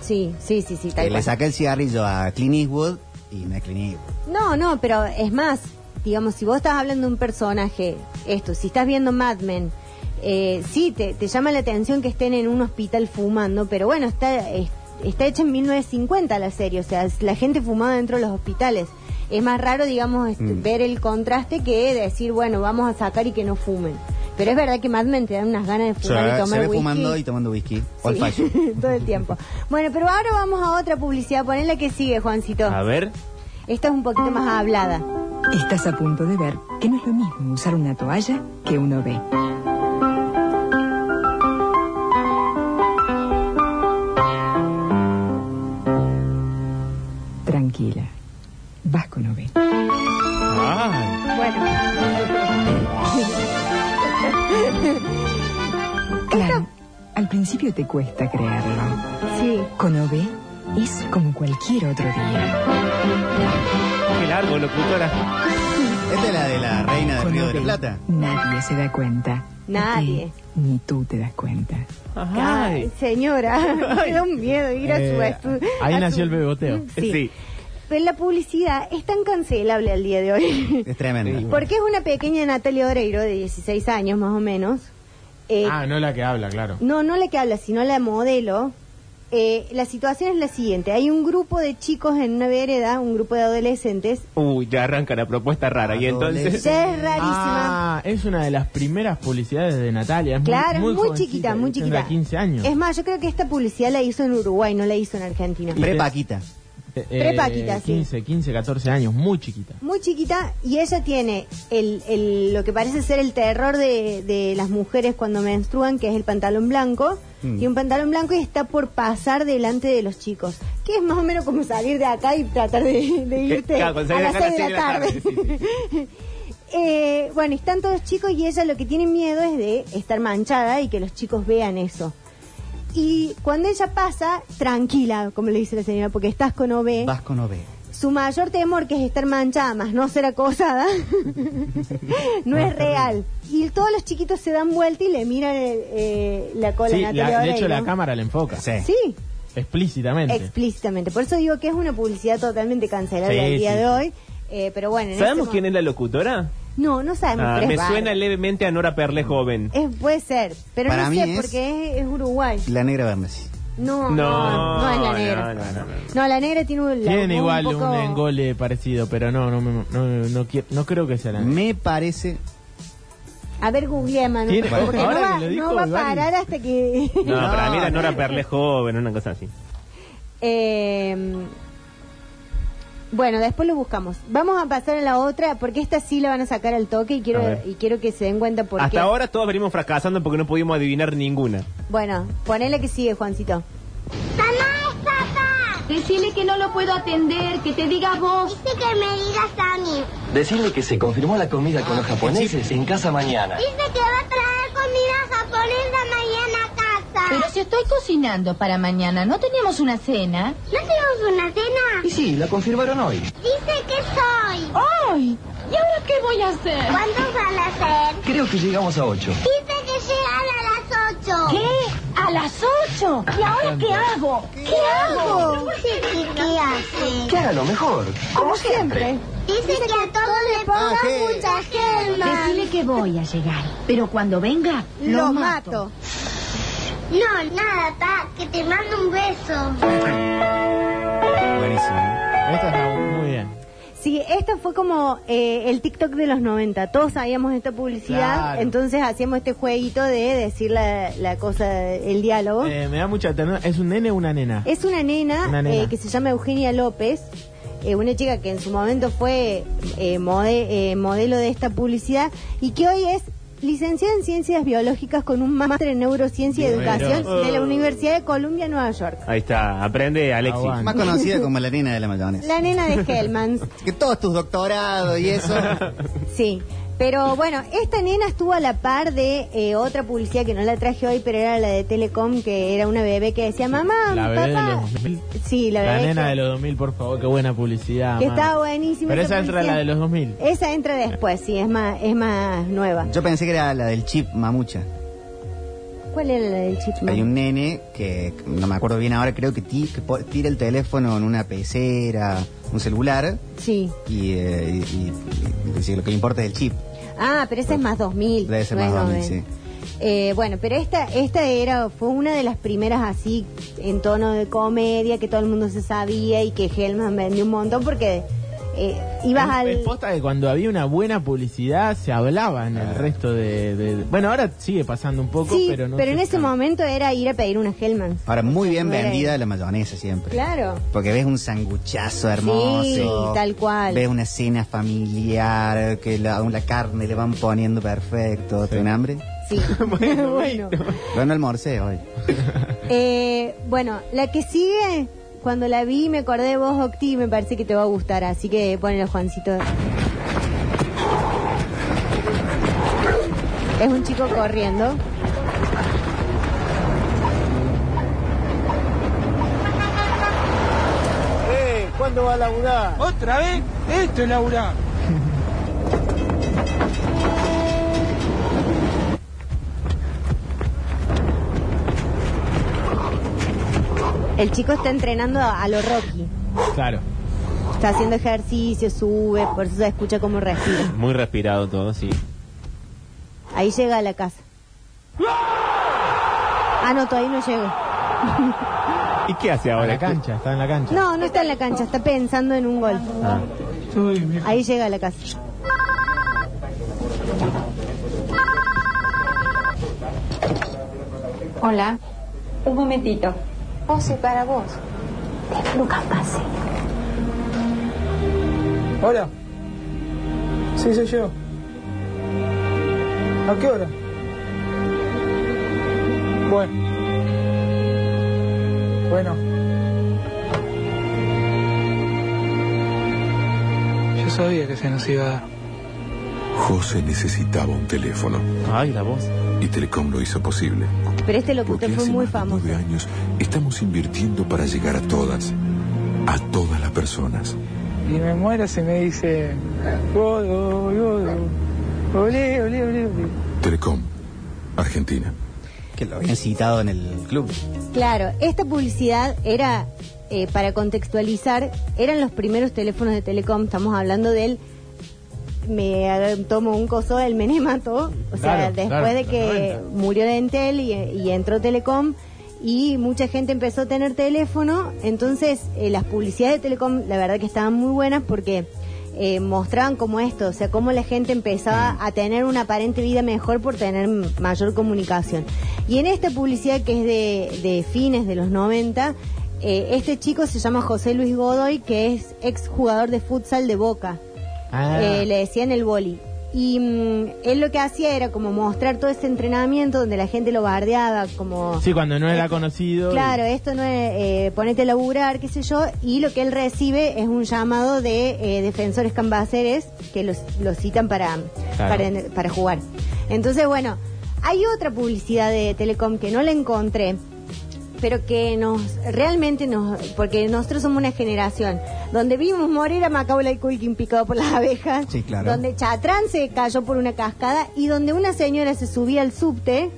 [SPEAKER 3] sí, sí, sí, sí. tal
[SPEAKER 2] Que le
[SPEAKER 3] cual.
[SPEAKER 2] saca el cigarrillo a Clint Eastwood y no es Clint Eastwood.
[SPEAKER 3] No, no, pero es más, digamos, si vos estás hablando de un personaje, esto, si estás viendo Mad Men, eh, sí, te, te llama la atención que estén en un hospital fumando, pero bueno, está, es- está hecha en 1950 la serie, o sea, es- la gente fumaba dentro de los hospitales. Es más raro, digamos, este,
[SPEAKER 2] Mm.
[SPEAKER 3] ver el contraste que decir, bueno, vamos a sacar y que no fumen. Pero es verdad que Mad Men te dan unas ganas de fumar y tomar
[SPEAKER 2] se ve
[SPEAKER 3] whisky.
[SPEAKER 2] fumando y tomando whisky. Old
[SPEAKER 3] Sí,
[SPEAKER 2] fashion.
[SPEAKER 3] todo el tiempo. Bueno, pero ahora vamos a otra publicidad. Ponela que sigue, Juancito.
[SPEAKER 1] A ver.
[SPEAKER 3] Esta es un poquito más hablada.
[SPEAKER 7] Estás a punto de ver que no es lo mismo usar una toalla que uno ve. Tranquila, Vasco no ve.
[SPEAKER 3] Bueno.
[SPEAKER 7] Claro, al principio te cuesta creerlo.
[SPEAKER 3] Sí,
[SPEAKER 7] Con OB es como cualquier otro día.
[SPEAKER 1] Qué largo, locutora.
[SPEAKER 2] Esta es la de la reina de
[SPEAKER 7] Con
[SPEAKER 2] Río de la
[SPEAKER 7] OB,
[SPEAKER 2] Plata.
[SPEAKER 7] Nadie se da cuenta.
[SPEAKER 3] Nadie.
[SPEAKER 7] Porque Ni tú te das cuenta.
[SPEAKER 3] Ay, señora, me da un miedo ir a su
[SPEAKER 4] Eh,
[SPEAKER 3] estu-
[SPEAKER 4] ahí
[SPEAKER 3] a su- Mm,
[SPEAKER 4] nació el beboteo.
[SPEAKER 3] Sí.
[SPEAKER 1] Sí.
[SPEAKER 3] Pero la publicidad es tan cancelable al día de hoy.
[SPEAKER 2] Es tremenda.
[SPEAKER 3] Porque es una pequeña Natalia Oreiro de 16 años más o menos. Eh,
[SPEAKER 4] Ah, no la que habla, claro.
[SPEAKER 3] No, no la que habla, sino la modelo. Eh, la situación es la siguiente. Hay un grupo de chicos en una vereda, un grupo de adolescentes.
[SPEAKER 1] Uy, ya arranca la propuesta rara. Y entonces.
[SPEAKER 3] Ya es rarísima.
[SPEAKER 4] Ah, es una de las primeras publicidades de Natalia. Es muy-
[SPEAKER 3] Claro,
[SPEAKER 4] muy,
[SPEAKER 3] muy, chiquita,
[SPEAKER 4] jovencita,
[SPEAKER 3] muy
[SPEAKER 4] tendrá
[SPEAKER 3] chiquita.
[SPEAKER 4] 15 años.
[SPEAKER 3] Es más, yo creo que esta publicidad la hizo en Uruguay, no la hizo en Argentina.
[SPEAKER 2] Pre-Paquita.
[SPEAKER 4] Eh,
[SPEAKER 3] Prepaquita, sí.
[SPEAKER 4] 15, 15, 14 años, muy chiquita.
[SPEAKER 3] Muy chiquita y ella tiene el, el- lo que parece ser el terror de, de las mujeres cuando menstruan, que es el pantalón blanco.
[SPEAKER 1] Mm.
[SPEAKER 3] Y un pantalón blanco y está por pasar delante de los chicos. Que es más o menos como salir de acá y tratar de, de irte
[SPEAKER 1] claro, cuando salís
[SPEAKER 3] a las
[SPEAKER 1] de acá a
[SPEAKER 3] seis de la
[SPEAKER 1] las
[SPEAKER 3] tarde.
[SPEAKER 1] seis de la
[SPEAKER 3] Eh, bueno, están todos chicos y ella lo que tiene miedo es de estar manchada y que los chicos vean eso. Y cuando ella pasa, tranquila, como le dice la señora, porque estás con OB.
[SPEAKER 2] Vasco no ve.
[SPEAKER 3] Su mayor temor, que es estar manchada más no ser acosada, no es real. Y todos los chiquitos se dan vuelta y le miran el, eh, la cola
[SPEAKER 4] Sí,
[SPEAKER 3] a Natalia
[SPEAKER 4] la- de hecho
[SPEAKER 3] Oreiro.
[SPEAKER 4] la cámara la enfoca.
[SPEAKER 2] Sí.
[SPEAKER 3] Sí,
[SPEAKER 4] Explícitamente.
[SPEAKER 3] explícitamente. Por eso digo que es una publicidad totalmente cancelada
[SPEAKER 4] Sí,
[SPEAKER 3] al día
[SPEAKER 4] sí.
[SPEAKER 3] de hoy. Eh, pero bueno, en
[SPEAKER 1] ¿Sabemos
[SPEAKER 3] ese
[SPEAKER 1] quién es la locutora?
[SPEAKER 3] mo- No, no sabemos.
[SPEAKER 1] Ah,
[SPEAKER 3] pero es
[SPEAKER 1] me
[SPEAKER 3] bárbaro.
[SPEAKER 1] suena levemente a Nora Perle joven.
[SPEAKER 3] Es- puede ser, pero
[SPEAKER 2] Para
[SPEAKER 3] no
[SPEAKER 2] mí
[SPEAKER 3] sé
[SPEAKER 2] es-
[SPEAKER 3] porque es, es Uruguay.
[SPEAKER 2] La negra Bermesi.
[SPEAKER 1] No,
[SPEAKER 3] No, no, no es la
[SPEAKER 1] no,
[SPEAKER 3] negra.
[SPEAKER 1] no, no, no.
[SPEAKER 3] No, la negra tiene un. la-
[SPEAKER 4] Tienen
[SPEAKER 3] un
[SPEAKER 4] igual
[SPEAKER 3] poco-
[SPEAKER 4] un engole parecido, pero no, no, me- no, no, qui- no creo que sea la
[SPEAKER 2] Me parece.
[SPEAKER 3] A ver, googleé, Manu.
[SPEAKER 4] Tiene-
[SPEAKER 3] porque no
[SPEAKER 4] ahora
[SPEAKER 3] va,
[SPEAKER 4] que lo dijo,
[SPEAKER 3] no va a
[SPEAKER 4] Iván.
[SPEAKER 3] parar hasta que.
[SPEAKER 1] No, para mí era Nora Perlé joven, una cosa así.
[SPEAKER 3] Eh, bueno, después lo buscamos. Vamos a pasar a la otra, porque esta sí la van a sacar al toque y
[SPEAKER 1] A
[SPEAKER 3] quiero,
[SPEAKER 1] ver.
[SPEAKER 3] y quiero que se den cuenta por
[SPEAKER 1] Hasta
[SPEAKER 3] qué.
[SPEAKER 1] ahora todos venimos fracasando porque no pudimos adivinar ninguna.
[SPEAKER 3] Bueno, ponele que sigue, Juancito.
[SPEAKER 8] ¡Mamá, es papá! Decile que no lo puedo atender, que te diga vos. Dice que me digas a mí.
[SPEAKER 9] Decirle que se confirmó la comida con los japoneses en casa mañana.
[SPEAKER 8] Dice que va a traer comida japonesa mañana a casa.
[SPEAKER 10] Pero si estoy cocinando para mañana, ¿no teníamos una cena?
[SPEAKER 8] ¿No tenemos una
[SPEAKER 9] Y
[SPEAKER 8] cena?
[SPEAKER 9] sí, la confirmaron hoy.
[SPEAKER 8] Dice que soy.
[SPEAKER 10] ¡Ay! ¿Y ahora qué voy a hacer?
[SPEAKER 8] ¿Cuántos van a ser?
[SPEAKER 9] Creo que llegamos a ocho.
[SPEAKER 8] Dice que llegan a las ocho.
[SPEAKER 10] ¿Qué? ¿A las ocho? ¿Y ahora qué hago?
[SPEAKER 8] ¿Qué hago? Dice que qué hace.
[SPEAKER 9] Que haga lo mejor, como siempre.
[SPEAKER 8] Dice que a todos le pongan mucha gema.
[SPEAKER 10] Decile que voy a llegar, pero cuando venga, lo,
[SPEAKER 3] Lo
[SPEAKER 10] mato.
[SPEAKER 3] mato.
[SPEAKER 8] No, nada, pa, que te mando un beso.
[SPEAKER 2] Buenísimo. ¿eh?
[SPEAKER 4] Esta está muy bien.
[SPEAKER 3] Sí, esta fue como eh, el TikTok de los 90. Todos sabíamos esta publicidad,
[SPEAKER 4] Claro.
[SPEAKER 3] entonces hacíamos este jueguito de decir la, la cosa, el diálogo.
[SPEAKER 4] Eh, me da mucha ternura. ¿Es un nene o una nena?
[SPEAKER 3] Es una nena,
[SPEAKER 4] Una nena.
[SPEAKER 3] eh, que se llama Eugenia López, eh, una chica que en su momento fue eh, mode- eh, modelo de esta publicidad y que hoy es licenciada en ciencias biológicas con un máster en neurociencia y
[SPEAKER 4] Bueno.
[SPEAKER 3] educación de la Universidad de Columbia, Nueva York.
[SPEAKER 1] Ahí está, aprende Alexis.
[SPEAKER 4] Aguante.
[SPEAKER 2] ¿eh? Más conocida como la nena de la mayonesa.
[SPEAKER 3] La nena de Hellmans,
[SPEAKER 2] Que todos tus doctorados y eso.
[SPEAKER 3] sí. Pero bueno, esta nena estuvo a la par de eh, otra publicidad que no la traje hoy, pero era la de Telecom, que era una bebé que decía, mamá,
[SPEAKER 4] La bebé de
[SPEAKER 3] papá.
[SPEAKER 4] los 2000.
[SPEAKER 3] Sí, la
[SPEAKER 4] La,
[SPEAKER 3] bebé.
[SPEAKER 4] nena
[SPEAKER 3] que-
[SPEAKER 4] de los 2000, por favor, qué buena publicidad.
[SPEAKER 3] Que
[SPEAKER 4] mano.
[SPEAKER 3] estaba buenísima
[SPEAKER 4] Pero
[SPEAKER 3] esa
[SPEAKER 4] esa entra
[SPEAKER 3] publicidad. Eh,
[SPEAKER 4] la de los 2000.
[SPEAKER 3] Esa entra después, sí, es más, es más nueva.
[SPEAKER 2] Yo pensé que era la del chip mamucha.
[SPEAKER 3] ¿Cuál era la del chisme?
[SPEAKER 2] Hay un nene que no me acuerdo bien ahora, creo que, ti- que po- tira el teléfono en una pecera, un celular,
[SPEAKER 3] Sí.
[SPEAKER 2] y, eh, y- y- y dice, lo que importa es el chip.
[SPEAKER 3] Ah, pero esa es más 2000.
[SPEAKER 2] Debe ser más
[SPEAKER 3] no es
[SPEAKER 2] 2000,
[SPEAKER 3] 90.
[SPEAKER 2] sí.
[SPEAKER 3] Eh, bueno, pero esta, esta era, fue una de las primeras así en tono de comedia que todo el mundo se sabía y que Helman vendió un montón porque eh, ibas
[SPEAKER 4] Es-
[SPEAKER 3] al...
[SPEAKER 4] Es posta que cuando había una buena publicidad se hablaba en
[SPEAKER 1] Ah.
[SPEAKER 4] el resto de, de- Bueno, ahora sigue pasando un poco,
[SPEAKER 3] sí,
[SPEAKER 4] pero no.
[SPEAKER 3] en este
[SPEAKER 4] sé
[SPEAKER 3] ese
[SPEAKER 4] tanto.
[SPEAKER 3] momento era ir a pedir una Hellman.
[SPEAKER 2] Ahora, muy bien
[SPEAKER 3] No era
[SPEAKER 2] vendida la mayonesa siempre.
[SPEAKER 3] Claro.
[SPEAKER 2] Porque ves un sanguchazo hermoso.
[SPEAKER 3] Sí, tal cual.
[SPEAKER 2] Ves una cena familiar, que la, la carne le van poniendo perfecto. ¿Ten hambre?
[SPEAKER 3] Sí. bueno.
[SPEAKER 2] Yo no almorcé hoy.
[SPEAKER 3] Eh, bueno, la que sigue, cuando la vi me acordé de vos, Octi, y me parece que te va a gustar, así que ponelo, Juancito. Es un chico corriendo.
[SPEAKER 5] ¿Otra vez? Esto es laburar.
[SPEAKER 3] El chico está entrenando a, a lo Rocky.
[SPEAKER 4] Claro.
[SPEAKER 3] Está haciendo ejercicio, sube, por eso se escucha cómo respira.
[SPEAKER 1] Muy respirado todo, sí.
[SPEAKER 3] Ahí llega a la casa. Ah, no, todavía no llegó.
[SPEAKER 1] ¿Y qué hace
[SPEAKER 4] Está en
[SPEAKER 1] ahora?
[SPEAKER 4] la cancha, está en la cancha.
[SPEAKER 3] No, no está en la cancha, está pensando en un gol.
[SPEAKER 1] Ah.
[SPEAKER 3] Ahí llega a la casa.
[SPEAKER 10] Hola.
[SPEAKER 8] Un momentito. Pose para vos.
[SPEAKER 10] Lucas, pase.
[SPEAKER 5] Hola. Sí, soy yo. ¿A qué hora? Bueno. Bueno. Yo sabía que se nos iba a dar.
[SPEAKER 6] José necesitaba un teléfono
[SPEAKER 1] Ay, la voz.
[SPEAKER 6] y Telecom lo hizo posible.
[SPEAKER 3] Pero
[SPEAKER 6] Porque
[SPEAKER 3] este locutor fue
[SPEAKER 6] hace
[SPEAKER 3] muy
[SPEAKER 6] más de
[SPEAKER 3] famoso.
[SPEAKER 6] nueve años estamos invirtiendo para llegar a todas, a todas las personas.
[SPEAKER 5] Y me muera se me dice. Godo, godo. Olé, olé, olé, olé.
[SPEAKER 6] Telecom, Argentina.
[SPEAKER 2] Que lo habían citado en el club.
[SPEAKER 3] Claro, esta publicidad era, eh, para contextualizar, eran los primeros teléfonos de Telecom, estamos hablando del, me eh, tomo un coso del Menemato, o sea,
[SPEAKER 4] Claro,
[SPEAKER 3] después
[SPEAKER 4] claro,
[SPEAKER 3] de
[SPEAKER 4] los
[SPEAKER 3] que
[SPEAKER 4] 90.
[SPEAKER 3] murió Dentel y, y entró Telecom, y mucha gente empezó a tener teléfono, entonces eh, las publicidades de Telecom la verdad que estaban muy buenas porque eh, mostraban como esto, o sea, cómo la gente empezaba a tener una aparente vida mejor por tener m- mayor comunicación. Y en esta publicidad que es de, de fines de los 90, eh, este chico se llama José Luis Godoy, que es ex jugador de futsal de Boca.
[SPEAKER 4] Ah.
[SPEAKER 3] Eh, le decían el boli. Y mm, él lo que hacía era como mostrar todo ese entrenamiento donde la gente lo bardeaba, como...
[SPEAKER 4] Sí, cuando no era conocido. y-
[SPEAKER 3] Eh, Claro, esto no es eh, ponete a laburar, qué sé yo, y lo que él recibe es un llamado de eh, defensores cambaceres que los, los citan para, para, para jugar. Entonces, bueno, hay otra publicidad de Telecom que no la encontré, pero que nos realmente nos porque nosotros somos una generación donde vimos morir a Macaulay Culkin picado por las abejas,
[SPEAKER 2] Sí, claro.
[SPEAKER 3] donde Chatrán se cayó por una cascada y donde una señora se subía al subte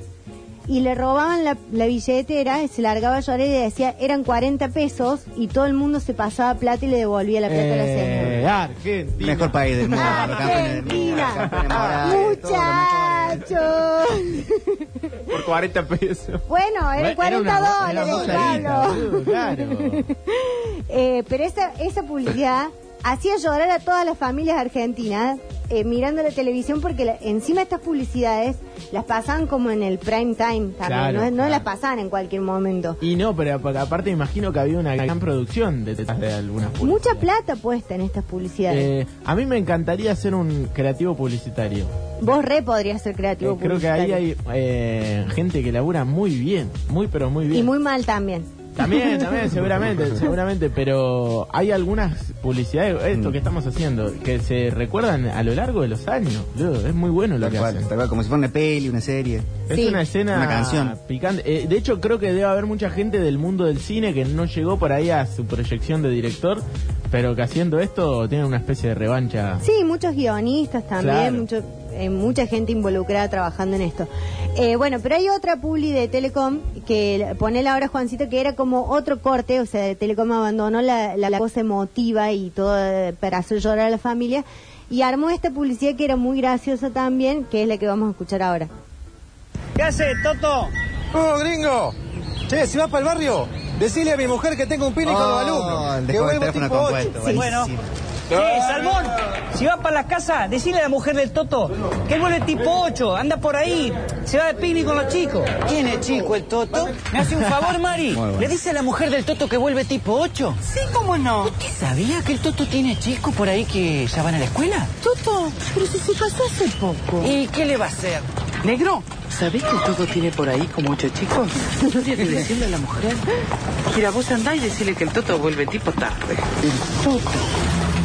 [SPEAKER 3] y le robaban la, la billetera y se largaba a llorar y le decía eran 40 pesos y todo el mundo se pasaba plata y le devolvía la plata a la
[SPEAKER 4] Eh,
[SPEAKER 3] señora.
[SPEAKER 4] Argentina.
[SPEAKER 2] Mejor país del mundo, campeones del mundo, campeones
[SPEAKER 3] Argentina,
[SPEAKER 2] morales, todo lo mejor.
[SPEAKER 3] muchachos.
[SPEAKER 1] Por 40 pesos.
[SPEAKER 3] Bueno, eran 40
[SPEAKER 4] una- era
[SPEAKER 3] dólares,
[SPEAKER 4] mozzarella,
[SPEAKER 3] Pablo.
[SPEAKER 4] boludo, Claro.
[SPEAKER 3] Eh, pero esa, esa publicidad hacía llorar a todas las familias argentinas eh, mirando la televisión porque la- encima estas publicidades las pasaban como en el prime time también,
[SPEAKER 4] Claro,
[SPEAKER 3] no, no
[SPEAKER 4] claro.
[SPEAKER 3] las pasaban en cualquier momento.
[SPEAKER 4] Y no, pero ap- aparte imagino que había una gran producción detrás de algunas
[SPEAKER 3] Mucha
[SPEAKER 4] publicidades.
[SPEAKER 3] plata puesta en estas publicidades.
[SPEAKER 4] Eh, a mí me encantaría ser un creativo publicitario.
[SPEAKER 3] Vos re podrías ser creativo
[SPEAKER 4] Eh, creo que ahí
[SPEAKER 3] publicitario.
[SPEAKER 4] hay eh, gente que labura muy bien, muy pero muy bien.
[SPEAKER 3] Y muy mal también.
[SPEAKER 4] También, también, seguramente, seguramente, pero hay algunas publicidades,
[SPEAKER 2] Mm.
[SPEAKER 4] esto que estamos haciendo, que se recuerdan a lo largo de los años. boludo, es muy bueno lo
[SPEAKER 2] Tal
[SPEAKER 4] que
[SPEAKER 2] cual,
[SPEAKER 4] hacen.
[SPEAKER 2] tal cual, como si fuera una peli, una serie.
[SPEAKER 4] Es
[SPEAKER 3] Sí.
[SPEAKER 4] una escena
[SPEAKER 2] Una canción.
[SPEAKER 4] picante. Eh, de hecho, creo que debe haber mucha gente del mundo del cine que no llegó por ahí a su proyección de director, pero que haciendo esto tienen una especie de revancha.
[SPEAKER 3] Sí, muchos guionistas también,
[SPEAKER 4] Claro.
[SPEAKER 3] mucho- eh, mucha gente involucrada trabajando en esto. Eh, bueno, pero hay otra publi de Telecom que la- pone la hora Juancito que era como otro corte, o sea, Telecom abandonó la, la, la cosa emotiva y todo eh, para hacer llorar a la familia y armó esta publicidad que era muy graciosa también, que es la que vamos a escuchar ahora.
[SPEAKER 5] ¿Qué hace, Toto?
[SPEAKER 9] ¡Oh, gringo! Che, si vas para el barrio, decile a mi mujer que tengo un pini con los
[SPEAKER 2] Oh, el
[SPEAKER 9] alumnos.
[SPEAKER 2] de
[SPEAKER 9] Que
[SPEAKER 2] con el
[SPEAKER 9] vuelvo
[SPEAKER 2] teléfono
[SPEAKER 9] tipo
[SPEAKER 2] compuesto,
[SPEAKER 9] 8.
[SPEAKER 2] buenísimo.
[SPEAKER 5] Bueno. Che, Salmón, si vas para las casas, decile a la mujer del Toto que él vuelve tipo 8, anda por ahí, se va de picnic con los chicos. ¿Quién es chico el Toto? ¿Me hace un favor, Mari?
[SPEAKER 2] Muy bueno. ¿Le
[SPEAKER 5] dice a la mujer del Toto que vuelve tipo 8? Sí, cómo no. ¿Usted sabía que el Toto tiene chicos por ahí que ya van a la escuela? Toto, pero si se casó hace poco. ¿Y qué le va a hacer? ¿Negro? ¿Sabés que el Toto tiene por ahí como ocho chicos? Tienes que decirle a la mujer. Mira, vos andá y decirle que el Toto vuelve tipo tarde.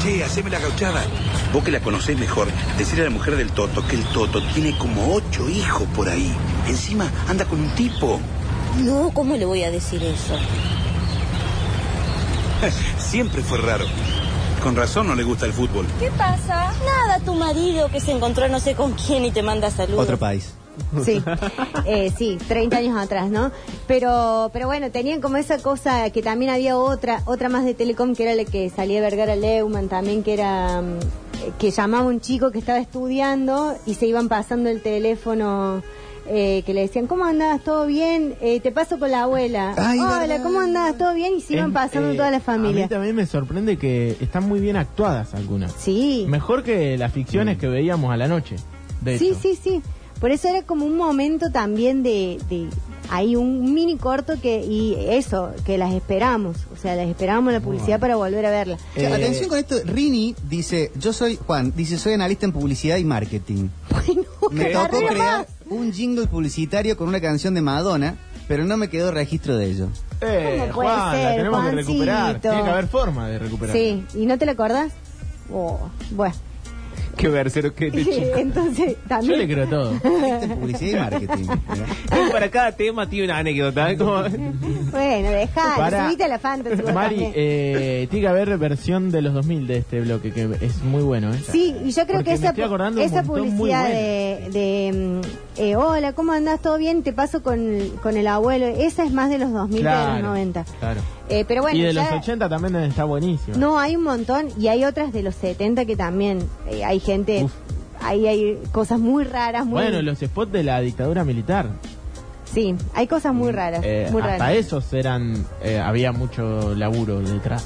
[SPEAKER 6] Che, haceme la gauchada. Vos que la conocés mejor, decirle a la mujer del Toto que el Toto tiene como ocho hijos por ahí. Encima anda con un tipo.
[SPEAKER 8] No, ¿cómo le voy a decir eso?
[SPEAKER 6] Siempre fue raro. Con razón no le gusta el fútbol.
[SPEAKER 8] ¿Qué pasa? Nada, tu marido que se encontró no sé con quién y te manda saludos.
[SPEAKER 2] Otro país.
[SPEAKER 3] Sí, eh, sí, 30 años atrás, ¿no? Pero, pero bueno, tenían como esa cosa que también había otra, otra más de Telecom que era la que salía Vergara Leumann también, que era mm, eh, que llamaba un chico que estaba estudiando y se iban pasando el teléfono. eh, que le decían, ¿cómo andabas? ¿Todo bien? Eh, te paso con la abuela.
[SPEAKER 2] Ay,
[SPEAKER 3] Hola,
[SPEAKER 2] verdad.
[SPEAKER 3] ¿cómo andabas? ¿Todo bien? Y se iban
[SPEAKER 4] Es,
[SPEAKER 3] pasando
[SPEAKER 4] eh,
[SPEAKER 3] toda la
[SPEAKER 4] A mí
[SPEAKER 3] familia.
[SPEAKER 4] también me sorprende que están muy bien actuadas algunas.
[SPEAKER 3] Sí.
[SPEAKER 4] Mejor que las
[SPEAKER 1] Mm.
[SPEAKER 4] ficciones que veíamos a la noche. De
[SPEAKER 3] Sí,
[SPEAKER 4] hecho.
[SPEAKER 3] sí, sí. Por eso era como un momento también de, de hay un mini corto que y eso que las esperamos, o sea, las esperábamos la publicidad para volver a verla.
[SPEAKER 2] Che,
[SPEAKER 4] Eh,
[SPEAKER 2] atención con esto, Rini dice, yo soy Juan, dice, soy analista en publicidad y marketing. me
[SPEAKER 3] carrera
[SPEAKER 2] tocó crear
[SPEAKER 3] más.
[SPEAKER 2] un jingle publicitario con una canción de Madonna, pero no me quedó registro de ello.
[SPEAKER 4] Eh,
[SPEAKER 3] ¿Cómo puede
[SPEAKER 4] Juan, la
[SPEAKER 3] ser,
[SPEAKER 4] tenemos que
[SPEAKER 3] Juancito?
[SPEAKER 4] recuperar. Tiene que haber forma de recuperar.
[SPEAKER 3] Sí, ¿y no te la acordás? Oh, bueno.
[SPEAKER 1] Qué versero que te chico.
[SPEAKER 3] Entonces,
[SPEAKER 4] Yo
[SPEAKER 3] también
[SPEAKER 4] le creo todo.
[SPEAKER 2] Analista en publicidad y marketing. Mirá.
[SPEAKER 1] Y para cada tema tiene una anécdota. ¿eh? Como-
[SPEAKER 3] bueno, dejá,
[SPEAKER 4] Para-
[SPEAKER 3] Ah, subite a la fantasy. vos
[SPEAKER 4] Mari,
[SPEAKER 3] también.
[SPEAKER 4] eh, tiene que haber versión de los 2000 de este bloque, que es muy bueno. ¿eh?
[SPEAKER 3] Sí, y yo creo
[SPEAKER 4] Porque
[SPEAKER 3] que
[SPEAKER 4] me
[SPEAKER 3] esa,
[SPEAKER 4] estoy acordando de un
[SPEAKER 3] esa
[SPEAKER 4] montón muy
[SPEAKER 3] publicidad
[SPEAKER 4] bueno.
[SPEAKER 3] de, de, mm, eh, hola, ¿cómo andás? ¿Todo bien? Te paso con, con el abuelo. Esa es más de los 2000 que de
[SPEAKER 4] Claro,
[SPEAKER 3] los 90.
[SPEAKER 4] claro.
[SPEAKER 3] Eh, pero bueno,
[SPEAKER 4] y de
[SPEAKER 3] ya-
[SPEAKER 4] los 80 también está buenísimo.
[SPEAKER 3] No, hay un montón y hay otras de los 70 que también eh, hay gente,
[SPEAKER 4] Uf.
[SPEAKER 3] ahí hay cosas muy raras, muy...
[SPEAKER 4] Bueno, los spots de la dictadura militar.
[SPEAKER 3] Sí, hay cosas muy raras.
[SPEAKER 4] Eh,
[SPEAKER 3] muy
[SPEAKER 4] hasta
[SPEAKER 3] raras.
[SPEAKER 4] esos eran eh, había mucho laburo detrás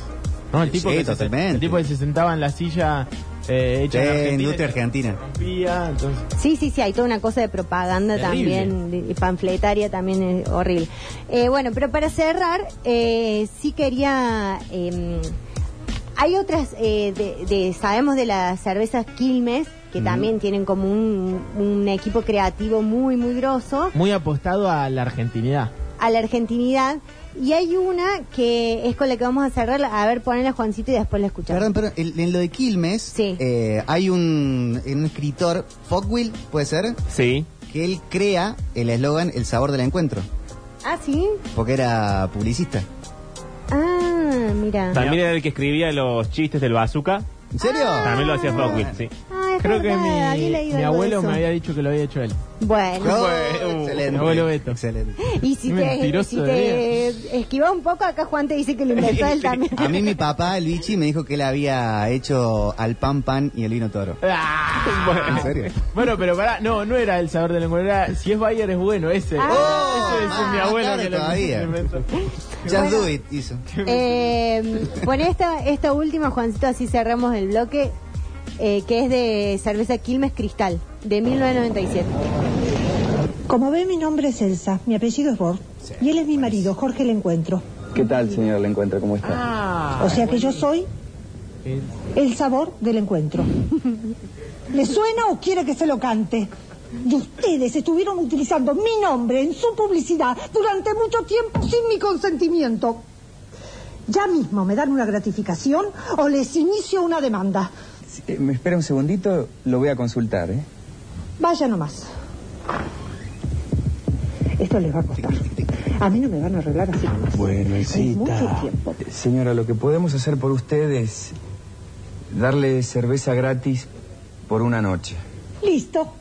[SPEAKER 4] no el tipo
[SPEAKER 2] Sí,
[SPEAKER 4] que se-
[SPEAKER 2] totalmente.
[SPEAKER 4] el tipo que se sentaba en la silla eh, hecha
[SPEAKER 2] Sí,
[SPEAKER 4] en Argentina,
[SPEAKER 2] industria argentina.
[SPEAKER 4] rompía, entonces
[SPEAKER 3] Sí, sí, sí, hay toda una cosa de propaganda
[SPEAKER 4] Terrible.
[SPEAKER 3] también, y panfletaria también es horrible. Eh, bueno, pero para cerrar, eh, sí quería... em, hay otras, eh, de, de- sabemos de las cervezas Quilmes, que
[SPEAKER 4] Mm.
[SPEAKER 3] también tienen como un, un equipo creativo muy, muy grosso,
[SPEAKER 4] muy apostado a la argentinidad
[SPEAKER 3] a la argentinidad. Y hay una que es con la que vamos a cerrar, a ver, ponela Juancito y después la escuchamos.
[SPEAKER 2] Perdón, pero en, en lo de Quilmes eh, hay un, un escritor, Fogwill, ¿puede ser?
[SPEAKER 1] Sí.
[SPEAKER 2] Que él crea el eslogan El sabor del encuentro,
[SPEAKER 3] Ah, sí.
[SPEAKER 2] porque era publicista.
[SPEAKER 3] Ah, mira.
[SPEAKER 1] También era el que escribía los chistes del bazooka.
[SPEAKER 2] ¿En serio?
[SPEAKER 1] También lo hacía Fogwill, sí.
[SPEAKER 3] Ah, es
[SPEAKER 4] creo que
[SPEAKER 3] verdad,
[SPEAKER 4] mi,
[SPEAKER 3] había leído
[SPEAKER 4] mi
[SPEAKER 3] algo de
[SPEAKER 4] abuelo
[SPEAKER 3] eso.
[SPEAKER 4] me había dicho que lo había hecho él
[SPEAKER 3] Bueno.
[SPEAKER 4] mi
[SPEAKER 2] Oh, excelente.
[SPEAKER 4] abuelo Beto
[SPEAKER 2] Excelente.
[SPEAKER 3] Y si te,
[SPEAKER 4] Mentiroso
[SPEAKER 3] si
[SPEAKER 4] de
[SPEAKER 3] te esquiva un poco, acá Juan te dice que lo inventó él también.
[SPEAKER 2] A mí mi papá, el bichi, me dijo que él había hecho al pan pan y el vino toro.
[SPEAKER 4] Ah,
[SPEAKER 2] ¿En serio?
[SPEAKER 4] Bueno, pero pará, no, no era el sabor del lenguaje, era si es Bayer es bueno, ese.
[SPEAKER 3] Ah.
[SPEAKER 4] ese es
[SPEAKER 2] Ah,
[SPEAKER 4] mi abuelo
[SPEAKER 2] claro,
[SPEAKER 4] que lo
[SPEAKER 2] todavía.
[SPEAKER 4] inventó.
[SPEAKER 2] Just do it, hizo.
[SPEAKER 3] Eh, bueno, esta, esta última, Juancito, así cerramos el bloque, eh, que es de cerveza Quilmes Cristal, de 1997.
[SPEAKER 11] Como ve, mi nombre es Elsa, mi apellido es Bor, y él es mi marido, Jorge el Encuentro.
[SPEAKER 12] ¿Qué tal, señor? ¿Le encuentro? ¿Cómo está?
[SPEAKER 3] Ah.
[SPEAKER 4] Ah.
[SPEAKER 11] o sea que yo soy el sabor del encuentro. ¿Le suena o quiere que se lo cante? Y ustedes estuvieron utilizando mi nombre en su publicidad durante mucho tiempo sin mi consentimiento. Ya mismo me dan una gratificación o les inicio una demanda.
[SPEAKER 12] Sí, eh, me espera un segundito, lo voy a consultar, ¿eh?
[SPEAKER 11] Vaya nomás. Esto les va a costar. A mí no me van a arreglar así.
[SPEAKER 12] Bueno, Elcita. Señora, lo que podemos hacer por usted es darle cerveza gratis por una noche.
[SPEAKER 11] Listo.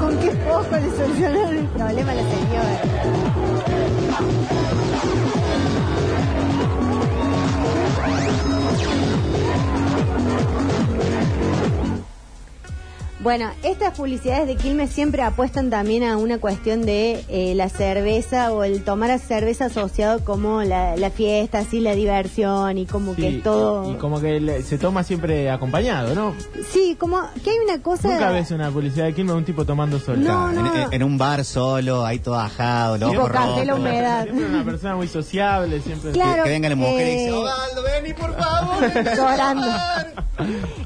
[SPEAKER 3] ¿Con qué poco le solucionaron el problema a la señora? Bueno, estas publicidades de Quilmes siempre apuestan también a una cuestión de eh, la cerveza o el tomar a cerveza asociado como la, la fiesta, así la diversión y como que
[SPEAKER 4] Sí,
[SPEAKER 3] es todo...
[SPEAKER 4] Y como que le- se toma siempre acompañado, ¿no?
[SPEAKER 3] Sí, como que hay una cosa...
[SPEAKER 4] Nunca ves una publicidad de Quilmes de un tipo tomando sol.
[SPEAKER 3] No,
[SPEAKER 2] En,
[SPEAKER 3] no.
[SPEAKER 2] en- en un bar solo, ahí todo ajado, los
[SPEAKER 3] Tipo
[SPEAKER 2] ojos
[SPEAKER 3] café,
[SPEAKER 2] rojos.
[SPEAKER 3] la humedad.
[SPEAKER 4] Siempre una persona muy sociable, siempre.
[SPEAKER 3] Claro,
[SPEAKER 2] que venga la mujer y dice,
[SPEAKER 3] eh,
[SPEAKER 2] Ovaldo, vení por favor. vení a
[SPEAKER 3] Llorando.
[SPEAKER 2] trabajar".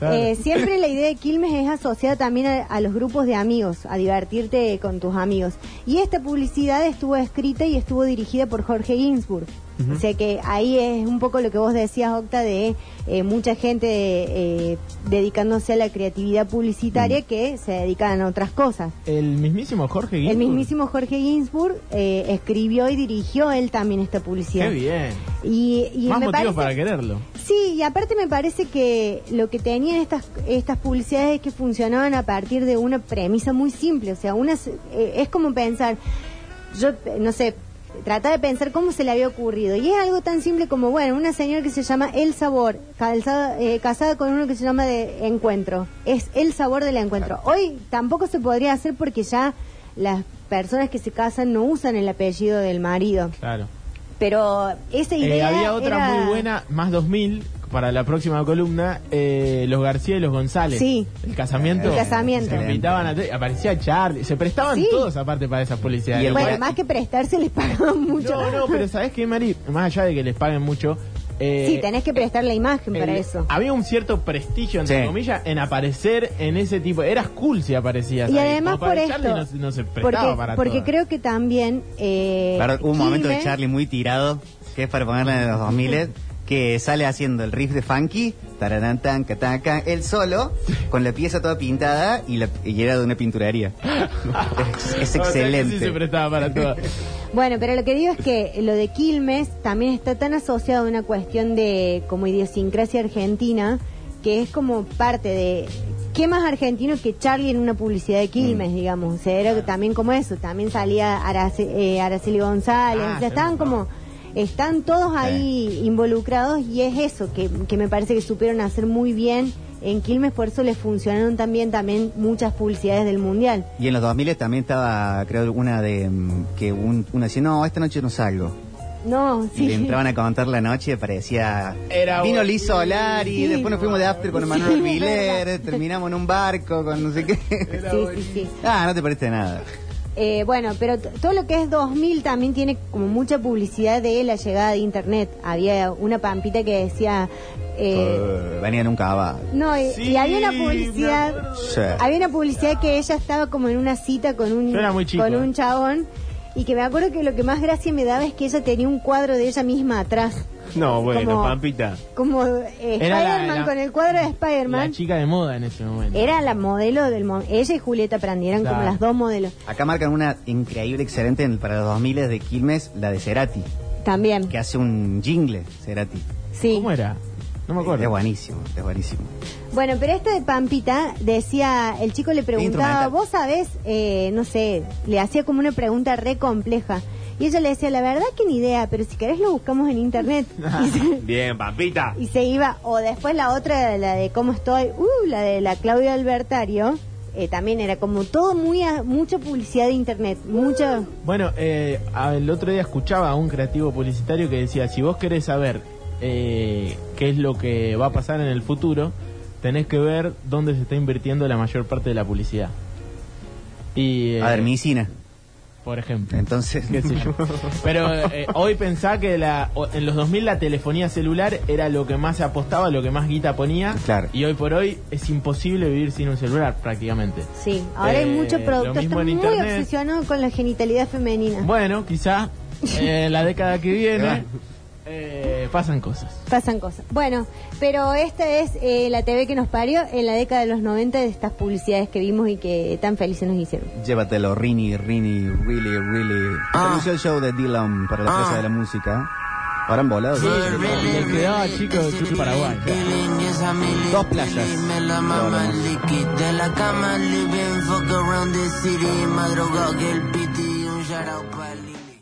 [SPEAKER 3] Eh, siempre la idea de Quilmes es asociada también a, a los grupos de amigos, a divertirte con tus amigos. Y esta publicidad estuvo escrita y estuvo dirigida por Jorge Ginsburg. O sea que ahí es un poco lo que vos decías, Octa, de eh, mucha gente eh, dedicándose a la creatividad
[SPEAKER 4] Mm.
[SPEAKER 3] publicitaria que se dedican a otras cosas.
[SPEAKER 4] El mismísimo Jorge Guilford.
[SPEAKER 3] El mismísimo Jorge Ginsburg eh, escribió y dirigió él también esta publicidad.
[SPEAKER 4] Qué bien.
[SPEAKER 3] Y, y
[SPEAKER 4] Más
[SPEAKER 3] me parece-
[SPEAKER 4] motivos para quererlo.
[SPEAKER 3] Sí, y aparte me parece que lo que tenían estas, estas publicidades es que funcionaban a partir de una premisa muy simple. O sea, unas, eh, es como pensar, yo eh, no sé, trata de pensar cómo se le había ocurrido. Y es algo tan simple como, bueno, una señora que se llama El Sabor, calzada- eh, casada con uno que se llama de Encuentro. Es el sabor del encuentro. Hoy tampoco se podría hacer porque ya las personas que se casan no usan el apellido del marido.
[SPEAKER 4] Claro.
[SPEAKER 3] Pero esa
[SPEAKER 4] Eh,
[SPEAKER 3] idea.
[SPEAKER 4] había otra
[SPEAKER 3] era-
[SPEAKER 4] muy buena, más 2000, para la próxima columna, eh, los García y los González.
[SPEAKER 3] Sí.
[SPEAKER 4] El casamiento.
[SPEAKER 3] El casamiento.
[SPEAKER 4] Que invitaban a tres- aparecía Charlie, se prestaban
[SPEAKER 3] Sí.
[SPEAKER 4] todos aparte para esas publicidades.
[SPEAKER 2] Y el
[SPEAKER 4] Lo cual-
[SPEAKER 3] Bueno, más que prestarse les pagaban mucho.
[SPEAKER 4] no, no, pero ¿sabés qué, Mari? Más allá de que les paguen mucho... eh,
[SPEAKER 3] sí, tenés que prestar la imagen para
[SPEAKER 4] el- ah,
[SPEAKER 3] eso.
[SPEAKER 4] Había un cierto prestigio, entre
[SPEAKER 2] Sí.
[SPEAKER 4] comillas, en aparecer en ese tipo. Eras cool si aparecías.
[SPEAKER 3] Y
[SPEAKER 4] ahí.
[SPEAKER 3] además
[SPEAKER 4] Como para
[SPEAKER 3] por
[SPEAKER 4] el Charlie
[SPEAKER 3] esto,
[SPEAKER 4] no se- no, se prestaba
[SPEAKER 3] Porque,
[SPEAKER 4] para
[SPEAKER 3] porque
[SPEAKER 4] todas.
[SPEAKER 3] creo que también... Eh,
[SPEAKER 2] Claro, hubo un momento de
[SPEAKER 3] Quilmes-
[SPEAKER 2] Charlie muy tirado, que es para ponerle en los 2000 que sale haciendo el riff de funky, tararán, tan, ca, tan, ca, él solo, con la pieza toda pintada y, la, y era de una pinturería. es, es
[SPEAKER 4] O sea, que
[SPEAKER 2] excelente.
[SPEAKER 4] sí se prestaba para todas.
[SPEAKER 3] Bueno, pero lo que digo es que lo de Quilmes también está tan asociado a una cuestión de como idiosincrasia argentina, que es como parte de... ¿Qué más argentino que Charlie en una publicidad de Quilmes,
[SPEAKER 4] Mm.
[SPEAKER 3] digamos? O sea, era también como eso. También salía Arace- eh, Araceli González.
[SPEAKER 4] Ah,
[SPEAKER 3] o sea,
[SPEAKER 4] sí,
[SPEAKER 3] estaban
[SPEAKER 4] no.
[SPEAKER 3] como... Están todos ahí involucrados y es eso que, que me parece que supieron hacer muy bien en Quilmes, por eso les funcionaron también, también muchas publicidades del Mundial.
[SPEAKER 2] Y en los 2000 también estaba, creo, una de mm, que un, uno decía, no, esta noche no salgo.
[SPEAKER 3] No,
[SPEAKER 2] Y
[SPEAKER 3] sí.
[SPEAKER 2] le entraban a contar la noche, parecía.
[SPEAKER 3] Era
[SPEAKER 2] Vino
[SPEAKER 3] un-
[SPEAKER 2] Liz Solari,
[SPEAKER 3] Sí,
[SPEAKER 2] después nos fuimos de after con Manuel
[SPEAKER 3] Sí,
[SPEAKER 2] Alviler, terminamos en un barco con no sé qué.
[SPEAKER 3] Sí, sí, sí.
[SPEAKER 2] Ah, no te parece nada.
[SPEAKER 3] Eh, bueno, pero t- todo lo que es 2000 también tiene como mucha publicidad de la llegada de Internet. Había una pampita que decía... eh,
[SPEAKER 2] Eh, venía en un caballo.
[SPEAKER 3] No, y, y había una publicidad...
[SPEAKER 2] Sí.
[SPEAKER 3] Había una publicidad que ella estaba como en una cita con un,
[SPEAKER 2] Yo era muy chico.
[SPEAKER 3] con un chabón y que me acuerdo que lo que más gracia me daba es que ella tenía un cuadro de ella misma atrás.
[SPEAKER 1] No, bueno,
[SPEAKER 3] Como-
[SPEAKER 1] Pampita.
[SPEAKER 3] Como eh,
[SPEAKER 4] Era la-
[SPEAKER 3] Spider-Man
[SPEAKER 4] la-
[SPEAKER 3] con el cuadro de
[SPEAKER 4] La
[SPEAKER 3] Spider-Man.
[SPEAKER 4] chica de moda en ese momento.
[SPEAKER 3] Era la modelo del... mo- Ella y Julieta Prandi eran como
[SPEAKER 2] Claro.
[SPEAKER 3] las dos modelos.
[SPEAKER 2] Acá marcan una increíble, excelente en- para los 2000 de Quilmes, la de Cerati,
[SPEAKER 3] También,
[SPEAKER 2] que hace un jingle, Cerati.
[SPEAKER 3] sí.
[SPEAKER 4] ¿Cómo era? No me acuerdo.
[SPEAKER 2] Es buenísimo, es buenísimo.
[SPEAKER 3] Bueno, pero este de Pampita decía, el chico le preguntaba,
[SPEAKER 2] instrumental.
[SPEAKER 3] vos sabés, eh, no sé, le hacía como una pregunta re compleja. Y ella le decía, la verdad que ni idea, pero si querés lo buscamos en internet. y, se,
[SPEAKER 1] Bien, Pampita.
[SPEAKER 3] y se iba, o después la otra, la de cómo estoy, uh, la de la Claudia Albertario, eh, también era como todo muy, a- mucha publicidad de internet, mucha...
[SPEAKER 4] Bueno, eh, a- el otro día escuchaba a un creativo publicitario que decía, si vos querés saber eh, qué es lo que va a pasar en el futuro, tenés que ver dónde se está invirtiendo la mayor parte de la publicidad. Y, eh,
[SPEAKER 2] A ver, medicina.
[SPEAKER 4] Por ejemplo.
[SPEAKER 2] Entonces,
[SPEAKER 4] Qué sé yo. Pero eh, hoy pensá que la, o- en los 2000 la telefonía celular era lo que más se apostaba, lo que más guita ponía.
[SPEAKER 2] Claro.
[SPEAKER 4] Y hoy por hoy es imposible vivir sin un celular prácticamente.
[SPEAKER 3] Sí, ahora hay
[SPEAKER 4] Eh,
[SPEAKER 3] mucho
[SPEAKER 4] lo
[SPEAKER 3] producto, está
[SPEAKER 4] mismo en
[SPEAKER 3] muy
[SPEAKER 4] internet.
[SPEAKER 3] obsesionado con la genitalidad femenina.
[SPEAKER 4] Bueno, quizá eh, la década que viene eh, pasan cosas.
[SPEAKER 3] Pasan cosas. Bueno, pero esta es eh, la TV que nos parió en la década de los 90 de estas publicidades que vimos y que tan felices nos hicieron.
[SPEAKER 2] llévatelo, Rini, Rini, really, really. Se anunció el show de Dylan para la
[SPEAKER 5] Ah.
[SPEAKER 2] presa de la música. Ahora han volado.
[SPEAKER 5] Sí,
[SPEAKER 2] ¿sí?
[SPEAKER 5] le
[SPEAKER 4] quedaba chico de Chuchu Paraguay.
[SPEAKER 5] Dos playas. Me la mama liquid de la cama, living fuck around the city, madrugado que el piti y un shout out pa'l Lili.